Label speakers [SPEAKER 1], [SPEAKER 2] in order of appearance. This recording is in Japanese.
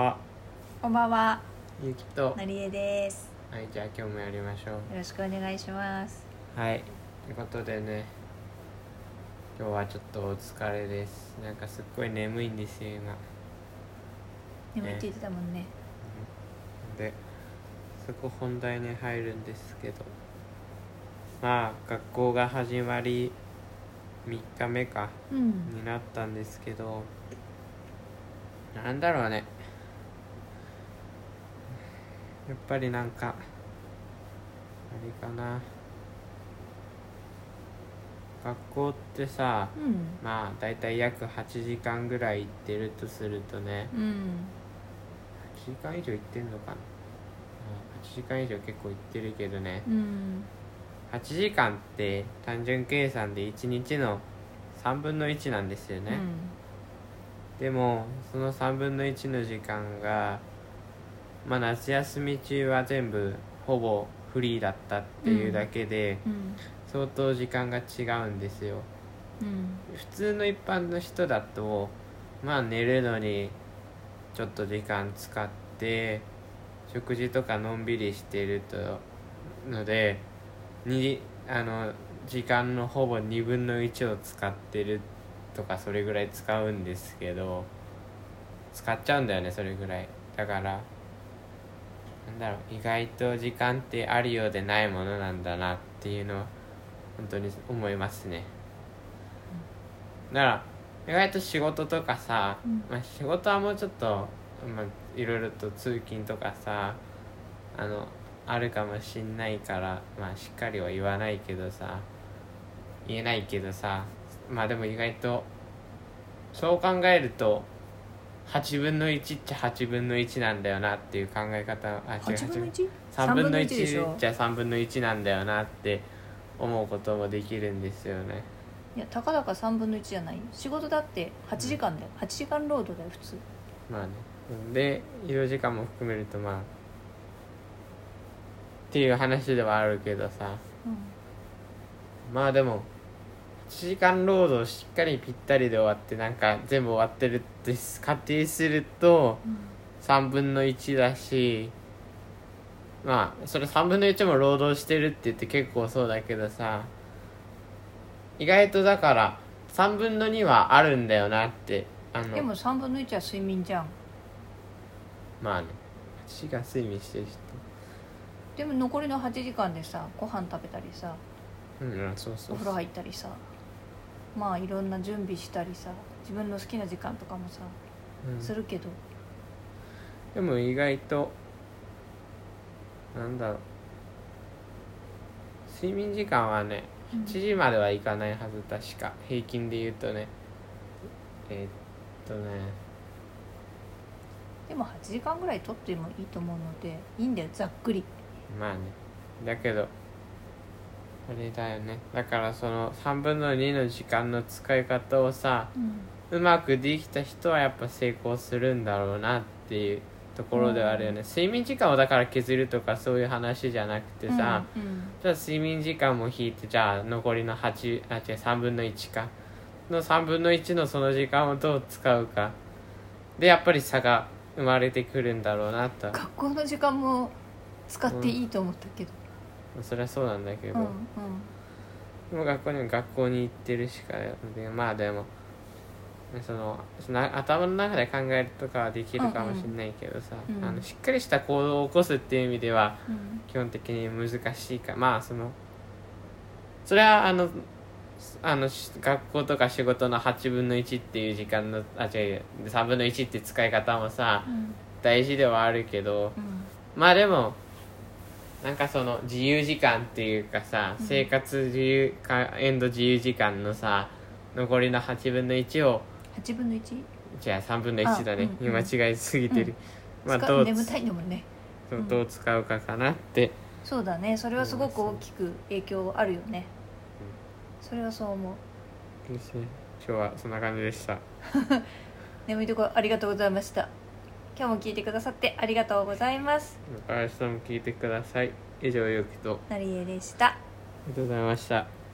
[SPEAKER 1] こんばんは、
[SPEAKER 2] ゆきと
[SPEAKER 1] のりえです。
[SPEAKER 2] はいじゃあ今日もやりましょう
[SPEAKER 1] よろしくお願いします。
[SPEAKER 2] はいということでね今日はちょっとお疲れですなんかすっごい眠いんですよ今
[SPEAKER 1] 眠いって言ってたもんね。
[SPEAKER 2] でそこ本題に入るんですけどまあ学校が始まり3日目か
[SPEAKER 1] うん。
[SPEAKER 2] になったんですけどなんだろうねやっぱりなんかあれかな学校ってさ
[SPEAKER 1] うん。
[SPEAKER 2] まあだいたい約8時間ぐらい行ってるとするとね
[SPEAKER 1] うん。
[SPEAKER 2] 8時間以上行ってんのかなうん8時間以上結構行ってるけどね
[SPEAKER 1] うん。
[SPEAKER 2] 8時間って単純計算で1日の3分の1なんですよね、でもその3分の1の時間が、まあ、夏休み中は全部ほぼフリーだったっていうだけで、
[SPEAKER 1] うん。うん。
[SPEAKER 2] 相当時間が違うんですよ
[SPEAKER 1] うん。
[SPEAKER 2] 普通の一般の人だとまあ寝るのにちょっと時間使って食事とかのんびりしてるとのでにあの時間のほぼ2分の1を使ってるとかそれぐらい使うんですけど使っちゃうんだよねそれぐらいだからなんだろう意外と時間ってあるようでないものなんだなっていうのは本当に思いますねだから意外と仕事とかさ、
[SPEAKER 1] うん
[SPEAKER 2] まあ、仕事はもうちょっと、まあ、いろいろと通勤とかさあのあるかもしんないからまあしっかりは言わないけどさ言えないけどさまあでも意外とそう考えると8分の1っちゃ8分の1なんだよなっていう考え方あ違う
[SPEAKER 1] 八分の一？
[SPEAKER 2] 3分の
[SPEAKER 1] でしょ
[SPEAKER 2] 1じ。ゃ3分の1なんだよなって思うこともできるんですよね
[SPEAKER 1] いや、たかだか三分の一じゃない。仕事だって八時間だよ。八時間労働だよ普通。
[SPEAKER 2] まあねで移動時間も含めるとまあっていう話ではあるけどさまあでも8時間労働しっかりぴったりで終わってなんか全部終わってるって仮定すると
[SPEAKER 1] うん。
[SPEAKER 2] 3分の1だしまあそれ3分の1も労働してるって言って結構そうだけどさ意外とだから3分の2はあるんだよなってあ
[SPEAKER 1] うん。
[SPEAKER 2] の
[SPEAKER 1] でも三分の一は睡眠じゃん。
[SPEAKER 2] まあね8時間睡眠してる人
[SPEAKER 1] でも残りの八時間でさ、ご飯食べたりさ、
[SPEAKER 2] うん、そうそ
[SPEAKER 1] お
[SPEAKER 2] う
[SPEAKER 1] 風呂入ったりさ、まあいろんな準備したりさ、自分の好きな時間とかもさ、
[SPEAKER 2] うん
[SPEAKER 1] するけど。
[SPEAKER 2] でも意外となんだろう睡眠時間はね
[SPEAKER 1] うん
[SPEAKER 2] 7時まではいかないはず確か平均で言うとねえーっとね
[SPEAKER 1] でも8時間ぐらい取ってもいいと思うのでいいんだよざっくり
[SPEAKER 2] まあねだけどあれだよねだからその3分の2の時間の使い方をさ
[SPEAKER 1] うん
[SPEAKER 2] うまくできた人はやっぱ成功するんだろうなっていうところではあるよね、睡眠時間をだから削るとかそういう話じゃなくてさ、
[SPEAKER 1] うん
[SPEAKER 2] じゃあ睡眠時間も引いてじゃあ残りの8あ違う3分の1かの3分の1のその時間をどう使うかでやっぱり差が生まれてくるんだろうなと
[SPEAKER 1] 学校の時間も使っていいと思ったけど
[SPEAKER 2] それはそうなんだけ
[SPEAKER 1] う
[SPEAKER 2] ど、
[SPEAKER 1] んうん
[SPEAKER 2] でも学校にも学校に行ってるしかないのでまあでもそのその頭の中で考えるとかはできるかもしれないけどさ、
[SPEAKER 1] うんうん
[SPEAKER 2] あのしっかりした行動を起こすっていう意味では
[SPEAKER 1] うん
[SPEAKER 2] 基本的に難しいかまあそのそれはあのあのし学校とか仕事の8分の1っていう時間のあ違う3分の1って使い方もさ
[SPEAKER 1] うん
[SPEAKER 2] 大事ではあるけど
[SPEAKER 1] うん
[SPEAKER 2] まあでもなんかその自由時間っていうかさ、
[SPEAKER 1] うん
[SPEAKER 2] 生活自由かエンド自由時間のさ残りの8分の1を
[SPEAKER 1] 8分の 1?
[SPEAKER 2] じゃあ3分の1だね
[SPEAKER 1] あ、うん
[SPEAKER 2] 今違いすぎてる、まあ
[SPEAKER 1] 使
[SPEAKER 2] どう
[SPEAKER 1] 眠たいんだもんね
[SPEAKER 2] そうどう使うかかなって
[SPEAKER 1] そうだねそれはすごく大きく影響あるよねそれはそう思う
[SPEAKER 2] ですね今日はそんな感じでした。
[SPEAKER 1] 眠いところありがとうございました今日も聞いてくださってありがとうございます
[SPEAKER 2] また明日も聞いてください。以上、ゆうきと。あ
[SPEAKER 1] なりえでした
[SPEAKER 2] りがとうございました。